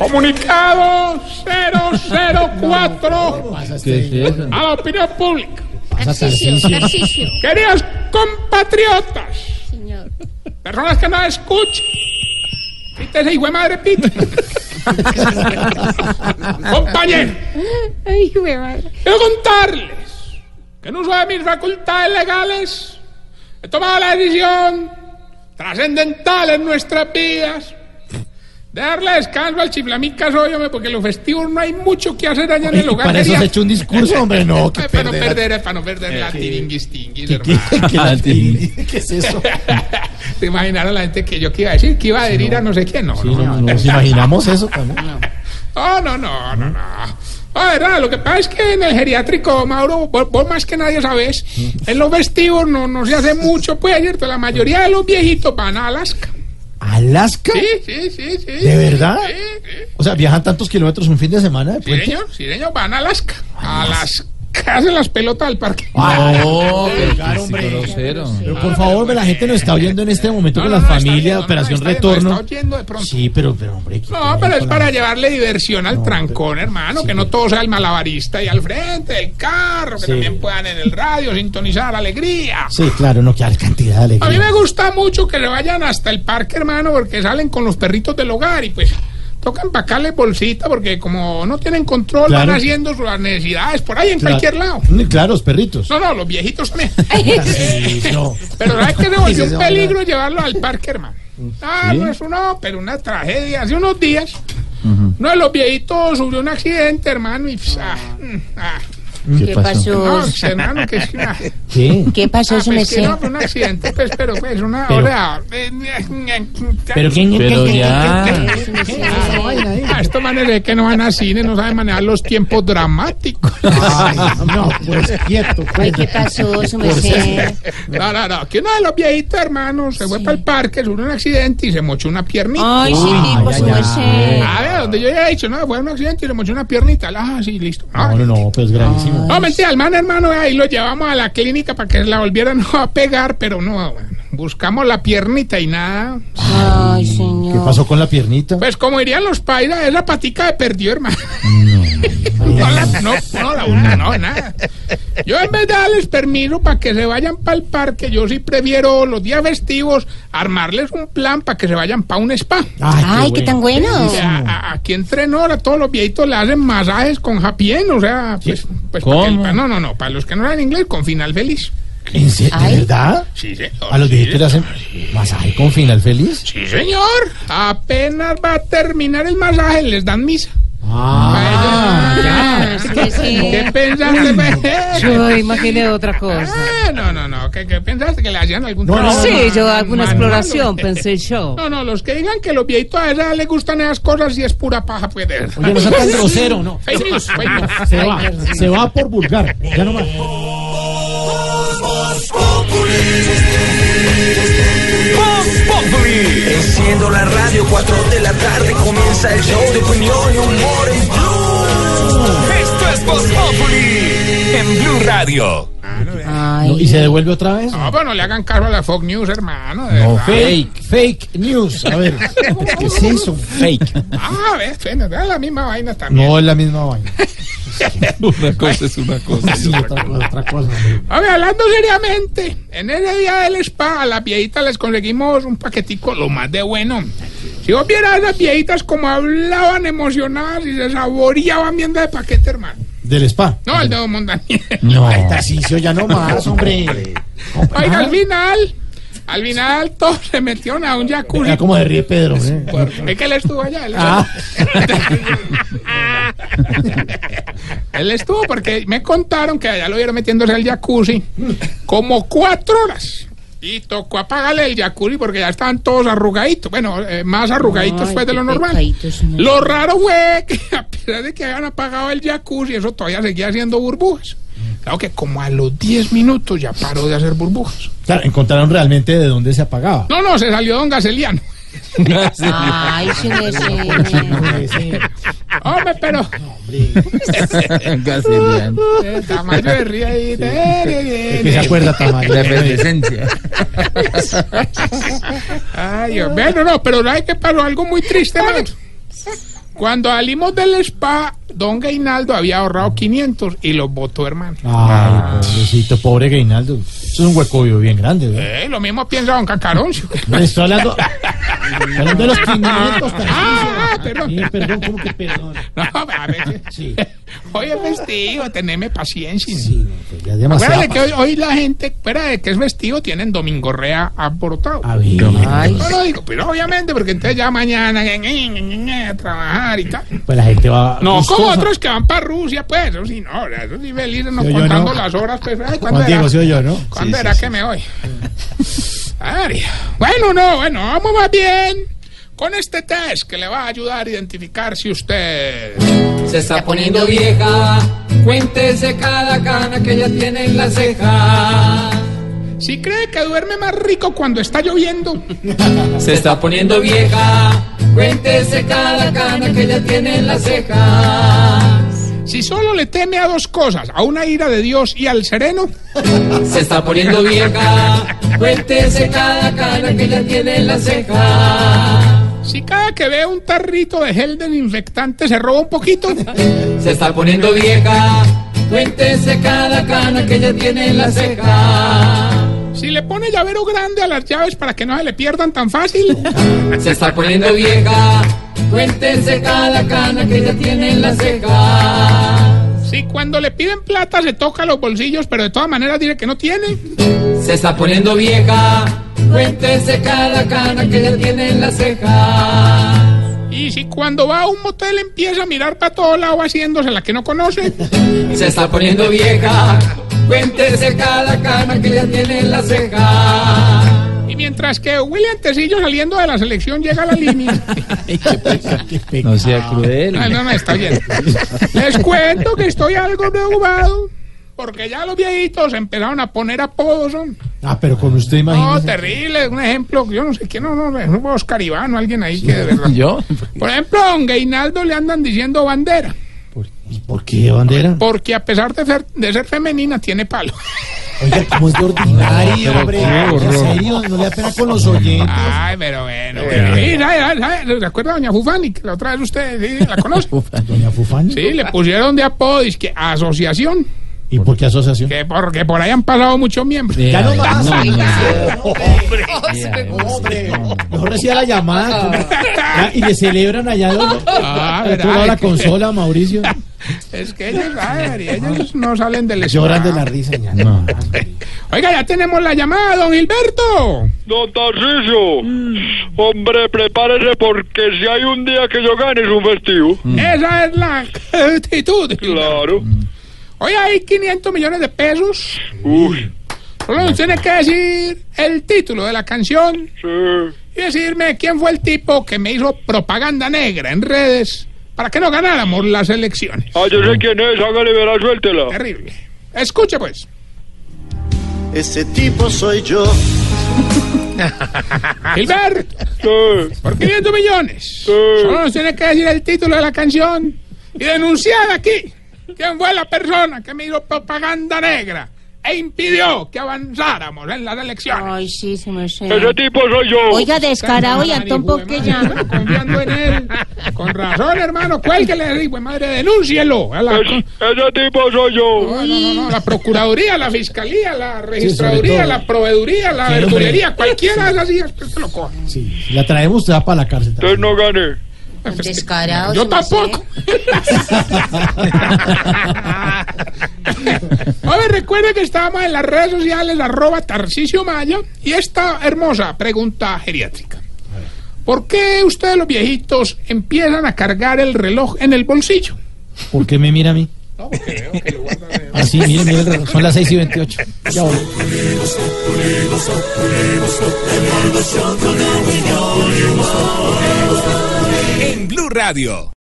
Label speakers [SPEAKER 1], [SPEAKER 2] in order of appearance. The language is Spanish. [SPEAKER 1] Comunicado 004
[SPEAKER 2] ¿Qué
[SPEAKER 3] Este,
[SPEAKER 2] es eso?
[SPEAKER 1] a la opinión pública.
[SPEAKER 4] Tarcisio, Tarcisio,
[SPEAKER 1] Queridos compatriotas,
[SPEAKER 4] señor.
[SPEAKER 1] personas que no escuchan, pítese, hijo de madre, pita. Compañeros,
[SPEAKER 4] Ay, güey, madre.
[SPEAKER 1] quiero contarles que en uso de mis facultades legales he tomado la decisión trascendental en nuestras vidas de darle descanso al chiflamicas hoyo, porque los festivos no hay mucho que hacer allá en el
[SPEAKER 2] Y
[SPEAKER 1] hogar.
[SPEAKER 2] para eso
[SPEAKER 1] Sería-
[SPEAKER 2] se echó un discurso, hombre, no.
[SPEAKER 1] Ay,
[SPEAKER 2] ¿Qué, Eh,
[SPEAKER 1] para no perder, para no perder la tiringuis tinguis, hermano.
[SPEAKER 2] ¿Qué es eso?
[SPEAKER 1] ¿Te imaginaron la gente que yo que iba a decir que iba a adherir a no sé quién? No, no,
[SPEAKER 2] No, no, nos imaginamos eso también.
[SPEAKER 1] no, no, no, no, no. A ver, nada, lo que pasa es que en el geriátrico, Mauro, vos, vos más que nadie sabes,
[SPEAKER 2] Mm.
[SPEAKER 1] en los vestivos no, no se hace mucho, pues, ¿cierto? La mayoría de los viejitos van a Alaska.
[SPEAKER 2] ¿Alaska?
[SPEAKER 1] Sí, sí, sí, sí.
[SPEAKER 2] ¿De verdad?
[SPEAKER 1] Sí, sí.
[SPEAKER 2] O sea, viajan tantos kilómetros un fin de semana Pues, de
[SPEAKER 1] Sí,
[SPEAKER 2] puente.
[SPEAKER 1] señor, sí, señor, van a Alaska. A Alaska hacen las pelotas al parque.
[SPEAKER 2] Ah, No,
[SPEAKER 3] Ah, Qué
[SPEAKER 2] claro, hombre.
[SPEAKER 3] grosero.
[SPEAKER 2] Pero por favor, la gente nos está oyendo en este momento
[SPEAKER 1] No,
[SPEAKER 2] con
[SPEAKER 1] no,
[SPEAKER 2] las
[SPEAKER 1] no, está
[SPEAKER 2] familias,
[SPEAKER 1] oyendo, no, no,
[SPEAKER 2] Operación
[SPEAKER 1] está oyendo,
[SPEAKER 2] Retorno.
[SPEAKER 1] está oyendo de pronto.
[SPEAKER 2] Sí, pero, pero hombre. ¿qué
[SPEAKER 1] No,
[SPEAKER 2] tiene
[SPEAKER 1] pero
[SPEAKER 2] con
[SPEAKER 1] es
[SPEAKER 2] la-
[SPEAKER 1] para llevarle diversión al trancón, hermano, que no todo sea el malabarista y al frente del carro, que
[SPEAKER 2] Sí.
[SPEAKER 1] también puedan en el radio sintonizar alegría.
[SPEAKER 2] Sí, claro, no, que hay cantidad de
[SPEAKER 1] A mí
[SPEAKER 2] alegría.
[SPEAKER 1] me gusta mucho que le vayan hasta el parque, hermano, porque salen con los perritos del hogar y pues tocan empacarles bolsita porque como no tienen control
[SPEAKER 2] Claro.
[SPEAKER 1] van haciendo sus necesidades por ahí en
[SPEAKER 2] Claro.
[SPEAKER 1] cualquier lado.
[SPEAKER 2] Mm, Claro, los perritos.
[SPEAKER 1] No, no, los viejitos también.
[SPEAKER 2] Sí, no.
[SPEAKER 1] Pero ¿sabes que se
[SPEAKER 2] Sí,
[SPEAKER 1] volvió
[SPEAKER 2] sí,
[SPEAKER 1] un
[SPEAKER 2] hombre.
[SPEAKER 1] peligro llevarlo al parque, hermano? Ah,
[SPEAKER 2] ¿Sí?
[SPEAKER 1] no, eso no, pero una tragedia. Hace unos días, uno de los viejitos sufrió un accidente, hermano, y... pues, ah, mm, ah,
[SPEAKER 4] ¿Qué pasó?
[SPEAKER 1] no, pues, hermano, que es una...
[SPEAKER 2] ¿Qué?
[SPEAKER 4] ¿Qué pasó,
[SPEAKER 1] Ah,
[SPEAKER 4] su
[SPEAKER 1] pues que
[SPEAKER 4] merced?
[SPEAKER 1] no, fue un accidente, pues, pero pues una...
[SPEAKER 2] Pero-
[SPEAKER 1] o sea, eh, eh,
[SPEAKER 2] Pero quién
[SPEAKER 3] Pero ya.
[SPEAKER 4] Su merced,
[SPEAKER 2] esa vaina ahí?
[SPEAKER 1] Ah, estos manes de que no van a cine, no saben manejar los tiempos dramáticos.
[SPEAKER 2] Ay, no, pues quieto.
[SPEAKER 4] Ay,
[SPEAKER 2] pues.
[SPEAKER 4] ¿qué pasó, su merced?
[SPEAKER 1] No, no, no. Que uno de los viejitos, hermano, se fue para el parque, sufrió un accidente y se mochó una piernita.
[SPEAKER 4] Ay, sí, digo, su
[SPEAKER 2] ay, ay.
[SPEAKER 4] merced.
[SPEAKER 1] A ver, donde yo ya he dicho, no, fue un accidente y le mochó una piernita. Ah, sí, listo. Ah,
[SPEAKER 2] No, no, no, pues gravísimo.
[SPEAKER 1] No, mentira, al man, hermano, ahí lo llevamos a la clínica para que la volvieran a pegar, pero no, ah, bueno, buscamos la piernita y nada.
[SPEAKER 4] Ay,
[SPEAKER 2] ¿Qué
[SPEAKER 4] señor.
[SPEAKER 2] pasó con la piernita?
[SPEAKER 1] Pues como dirían los pairas, es la patica de perdió, hermano. No, la, no, no, la una, no, nada. Yo en vez de darles permiso para que se vayan para el parque, yo sí prefiero los días festivos armarles un plan para que se vayan para un spa.
[SPEAKER 4] Ay, qué tan bueno.
[SPEAKER 1] Eh, a- a- aquí entrenó, a todos los viejitos le hacen masajes con happy end, o sea, pues, pues para que el-
[SPEAKER 3] ¿Cómo?
[SPEAKER 1] pa- no, no, no, para los que no hablan inglés, con final feliz.
[SPEAKER 2] ¿En serio?
[SPEAKER 4] Ay.
[SPEAKER 2] ¿De verdad?
[SPEAKER 1] Sí, señor.
[SPEAKER 2] ¿A los
[SPEAKER 1] sí,
[SPEAKER 2] viejitos le hacen masaje con final feliz?
[SPEAKER 1] Sí, señor. Apenas va a terminar el masaje, les dan misa.
[SPEAKER 2] Ah,
[SPEAKER 4] Ah, su merced.
[SPEAKER 1] ¿Qué pensaste? pues?
[SPEAKER 5] Yo imaginé otra cosa.
[SPEAKER 1] Ah, no, no, no. ¿Qué, qué pensaste? ¿Que le hacían algún
[SPEAKER 2] No, no,
[SPEAKER 1] trabajo
[SPEAKER 5] Sí,
[SPEAKER 1] man-
[SPEAKER 5] yo hago una
[SPEAKER 1] manual?
[SPEAKER 5] exploración, pensé yo.
[SPEAKER 1] No, no, los que digan que los viejitos a esa les gustan esas cosas y es pura paja, pues. de-
[SPEAKER 2] ya. Oye, no sea tan grosero, no.
[SPEAKER 1] Fake news, fake news.
[SPEAKER 2] Se va, se va por vulgar. Ya no más.
[SPEAKER 6] Enciendo la radio, 4 de la tarde comienza el show de opinión y humor en Blue. Esto es Voz Populi en Blue Radio.
[SPEAKER 2] No, ¿Y
[SPEAKER 4] Ay,
[SPEAKER 2] se devuelve otra vez?
[SPEAKER 1] No, pero no le hagan caso a la Fox News, hermano. de
[SPEAKER 2] No,
[SPEAKER 1] verdad.
[SPEAKER 2] fake, fake news. A ver, ¿qué es eso? Fake.
[SPEAKER 1] Ah, a ver, bueno, da la misma vaina también.
[SPEAKER 2] No es la misma vaina.
[SPEAKER 3] Una cosa es una cosa.
[SPEAKER 2] Sí, otra, cosa, otra cosa. hombre.
[SPEAKER 1] A ver, hablando seriamente, en ese día del spa a las viejitas les conseguimos un paquetico lo más de bueno. Si vos vieras a las viejitas como hablaban emocionadas y se saboreaban bien de paquete, hermano.
[SPEAKER 2] Del spa.
[SPEAKER 1] No, el dedo Montañés.
[SPEAKER 2] No. Tarcicio, ya no más, hombre.
[SPEAKER 1] Oiga, al final, al final todos se metieron a un jacuzzi.
[SPEAKER 2] Era como de ríe Pedro. ¿eh?
[SPEAKER 1] Es que él estuvo allá. Él,
[SPEAKER 2] Ah.
[SPEAKER 1] él estuvo porque me contaron que allá lo vieron metiéndose al jacuzzi como cuatro horas. Y tocó apagarle el jacuzzi porque ya estaban todos arrugaditos. Bueno, eh, más arrugaditos
[SPEAKER 4] Ay,
[SPEAKER 1] fue de
[SPEAKER 4] qué
[SPEAKER 1] lo normal.
[SPEAKER 4] pecadito, señor.
[SPEAKER 1] Lo raro fue que a pesar de que habían apagado el jacuzzi, eso todavía seguía haciendo burbujas. Claro que como a los 10 minutos ya paró de hacer burbujas.
[SPEAKER 2] Claro, encontraron realmente de dónde se apagaba.
[SPEAKER 1] No, no, se salió don Gaceliano.
[SPEAKER 4] ay, su merced.
[SPEAKER 1] Hombre, pero...
[SPEAKER 3] Gasiliano.
[SPEAKER 1] Eh, Tamayo de río ahí. Eh, eh, eh,
[SPEAKER 2] ¿Qué se acuerda, Tamayo?
[SPEAKER 3] La efervescencia.
[SPEAKER 1] Ay, Dios. Bueno, no, pero hay que pasó algo muy triste, hermano. Cuando salimos del spa, don Gainaldo había ahorrado 500 y los votó, hermano.
[SPEAKER 2] Ah. Ay, pobrecito, pobre Gainaldo. Eso es un hueco vivo bien grande, ¿verdad?
[SPEAKER 1] Eh, lo mismo piensa don Cacaroncio.
[SPEAKER 2] Le estoy hablando, hablando de los 500
[SPEAKER 1] Ah, ah, perdón.
[SPEAKER 2] Eh, perdón, ¿cómo que perdón?
[SPEAKER 1] No, a ver,
[SPEAKER 2] Sí.
[SPEAKER 1] hoy es festivo, teneme paciencia.
[SPEAKER 2] Sí, no, pues ya es demasiado.
[SPEAKER 1] Acuérdate que hoy, hoy la gente, fuera de que es festivo, tienen Domingorrea abortado.
[SPEAKER 2] A ver,
[SPEAKER 4] Ay,
[SPEAKER 1] No lo digo, pero obviamente, porque entonces ya mañana ñe, ñe, ñe, ñe, ñe, a trabajar y tal.
[SPEAKER 2] pues la gente va.
[SPEAKER 1] No, como
[SPEAKER 2] gustosa.
[SPEAKER 1] otros que van para Rusia, pues, eso sí, no, eso sí, felices, no
[SPEAKER 2] Sí, yo
[SPEAKER 1] contando
[SPEAKER 2] no.
[SPEAKER 1] las horas, pues, ay, ¿cuándo
[SPEAKER 2] Juan Diego,
[SPEAKER 1] era?
[SPEAKER 2] sí o yo, ¿no?
[SPEAKER 1] ¿Cuándo era que me voy? A ver, bueno, no, bueno, vamos más bien con este test que le va a ayudar a identificar si usted...
[SPEAKER 7] Se está poniendo vieja, cuéntese cada cana que ya tiene en la ceja.
[SPEAKER 1] Si cree que duerme más rico cuando está lloviendo,
[SPEAKER 7] Se está poniendo vieja, cuéntese cada cana que ya tiene en la ceja.
[SPEAKER 1] si solo le teme a dos cosas, a una ira de Dios y al sereno,
[SPEAKER 7] Se está poniendo vieja, cuéntese cada cana que ya tiene en la ceja.
[SPEAKER 1] si cada que ve un tarrito de gel desinfectante se roba un poquito,
[SPEAKER 7] Se está poniendo vieja, cuéntese cada cana que ya tiene en la ceja.
[SPEAKER 1] si le pone llavero grande a las llaves para que no se le pierdan tan fácil,
[SPEAKER 7] Se está poniendo vieja, cuéntese cada cana que ya tiene en la ceja.
[SPEAKER 1] si cuando le piden plata se toca los bolsillos pero de todas maneras dice que no tiene,
[SPEAKER 7] Se está poniendo vieja, cuéntese cada cana que ya tiene en la ceja.
[SPEAKER 1] y si cuando va a un motel empieza a mirar para todo lado haciéndose la que no conoce,
[SPEAKER 7] Se está poniendo vieja, cuéntese cada cana que ya tiene en la ceja.
[SPEAKER 1] y mientras que William Tecillo saliendo de la selección llega a la línea.
[SPEAKER 3] No sea cruel.
[SPEAKER 1] Ah, no, no, está bien. Les cuento que estoy algo preocupado. Porque ya los viejitos empezaron a poner apodos. ¿no?
[SPEAKER 2] Ah, pero con usted
[SPEAKER 1] No,
[SPEAKER 2] imagínese.
[SPEAKER 1] terrible. Un ejemplo, yo no sé quién, no, no, no, Oscar Iván o alguien ahí que de verdad.
[SPEAKER 3] ¿Yo?
[SPEAKER 1] Por ejemplo, a don Gainaldo le andan diciendo bandera.
[SPEAKER 2] ¿Y por qué bandera?
[SPEAKER 1] Porque a pesar de ser, de ser femenina, tiene palo.
[SPEAKER 2] Oiga, ¿cómo es de ordinario,
[SPEAKER 3] pero
[SPEAKER 2] hombre?
[SPEAKER 3] qué
[SPEAKER 2] ¿En
[SPEAKER 3] horror.
[SPEAKER 2] serio? ¿No le da pena con los oyentes?
[SPEAKER 1] Ay, pero bueno. bueno. Sí, ay, ay, ay, ¿Se acuerda de doña Fufani? Que la otra vez usted sí, la conoce.
[SPEAKER 2] Doña Fufán.
[SPEAKER 1] Sí, le pusieron de apodo, que asociación.
[SPEAKER 2] ¿Y por qué asociación?
[SPEAKER 1] Que porque por ahí han pasado muchos miembros.
[SPEAKER 2] Ya no
[SPEAKER 3] Ay,
[SPEAKER 2] más.
[SPEAKER 3] no, no,
[SPEAKER 2] Hombre, mejor reciba la llamada. como- Ya, y le celebran allá donde.
[SPEAKER 1] Ah,
[SPEAKER 2] Por
[SPEAKER 1] verá,
[SPEAKER 2] la
[SPEAKER 1] es que-
[SPEAKER 2] consola, Mauricio.
[SPEAKER 1] Es que ellos, ay, ellos no salen del
[SPEAKER 2] Lloran de
[SPEAKER 1] spa.
[SPEAKER 2] la risa. ya.
[SPEAKER 3] No.
[SPEAKER 1] Oiga, ya tenemos la llamada, don Gilberto.
[SPEAKER 8] Don Tarciso, hombre, prepárese porque si hay un día que yo gane es un festivo.
[SPEAKER 1] Mm. Esa es la actitud.
[SPEAKER 8] Claro.
[SPEAKER 1] Hoy hay 500 millones de pesos.
[SPEAKER 8] Uy,
[SPEAKER 1] Solo nos tiene que decir el título de la canción
[SPEAKER 8] sí.
[SPEAKER 1] y decirme quién fue el tipo que me hizo propaganda negra en redes para que no ganáramos las elecciones.
[SPEAKER 8] Ah, yo sé quién es, hágale verá, suéltela.
[SPEAKER 1] Terrible. Escuche pues.
[SPEAKER 9] Ese tipo soy yo.
[SPEAKER 1] Gilberto,
[SPEAKER 8] Sí,
[SPEAKER 1] por 500 millones.
[SPEAKER 8] Sí.
[SPEAKER 1] Solo nos tiene que decir el título de la canción y denunciar aquí quién fue la persona que me hizo propaganda negra e impidió que avanzáramos en las elecciones.
[SPEAKER 4] ay, sí, se me sé.
[SPEAKER 8] ese tipo soy yo.
[SPEAKER 4] Oiga, descarado y Antón que llama.
[SPEAKER 1] Confiando en él. Con razón, hermano. Cuélguele, hijo de madre, denúncielo. A la,
[SPEAKER 8] Es- ese tipo soy yo.
[SPEAKER 1] no, no, no, no, la Procuraduría, la Fiscalía, la
[SPEAKER 2] sobre
[SPEAKER 1] Registraduría,
[SPEAKER 2] todo.
[SPEAKER 1] la Proveeduría, la
[SPEAKER 2] Sí, hombre.
[SPEAKER 1] Verdulería, cualquiera de esas días que se lo coja.
[SPEAKER 2] Sí, la traemos usted para la cárcel.
[SPEAKER 8] Entonces no gané.
[SPEAKER 4] Descarado.
[SPEAKER 1] Yo
[SPEAKER 4] se me sé.
[SPEAKER 1] tampoco. A ver, recuerden que estábamos en las redes sociales, arroba Tarcisio Maya, y esta hermosa pregunta geriátrica. ¿Por qué ustedes los viejitos empiezan a cargar el reloj en el bolsillo?
[SPEAKER 2] ¿Por qué me mira a mí?
[SPEAKER 1] No, porque veo que lo guardan en el-
[SPEAKER 2] Así, mire, mire el reloj. Son las 6 y 28. Ya voy.
[SPEAKER 6] En Blue Radio.